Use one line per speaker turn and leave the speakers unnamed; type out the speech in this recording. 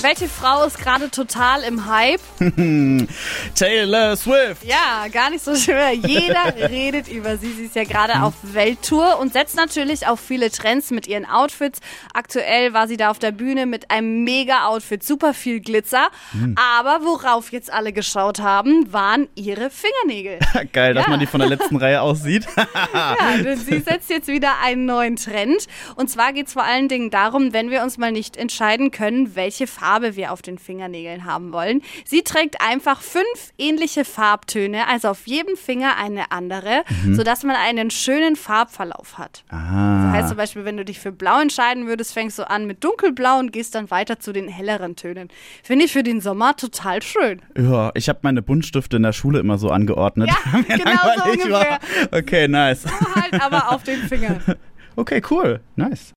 Welche Frau ist gerade total im Hype?
Taylor Swift.
Ja, gar nicht so schwer. Jeder redet über sie. Sie ist ja gerade auf Welttour und setzt natürlich auch viele Trends mit ihren Outfits. Aktuell war sie da auf der Bühne mit einem Mega-Outfit, super viel Glitzer. Aber worauf jetzt alle geschaut haben, waren ihre Fingernägel.
Geil, dass man die von der letzten Reihe aussieht.
Ja, denn sie setzt jetzt wieder einen neuen Trend. Und zwar geht es vor allen Dingen darum, wenn wir uns mal nicht entscheiden können, welche Farbe wir auf den Fingernägeln haben wollen. Sie trägt einfach fünf ähnliche Farbtöne, also auf jedem Finger eine andere, sodass man einen schönen Farbverlauf hat. Das heißt zum Beispiel, wenn du dich für blau entscheiden würdest, fängst du an mit dunkelblau und gehst dann weiter zu den helleren Tönen. Finde ich für den Sommer total schön.
ja, ich habe meine Buntstifte in der Schule immer so angeordnet.
Ja,
Wenn mir
genau so
langweilig
ungefähr.
Okay, nice.
Halt aber auf den Fingern.
Okay, cool. Nice.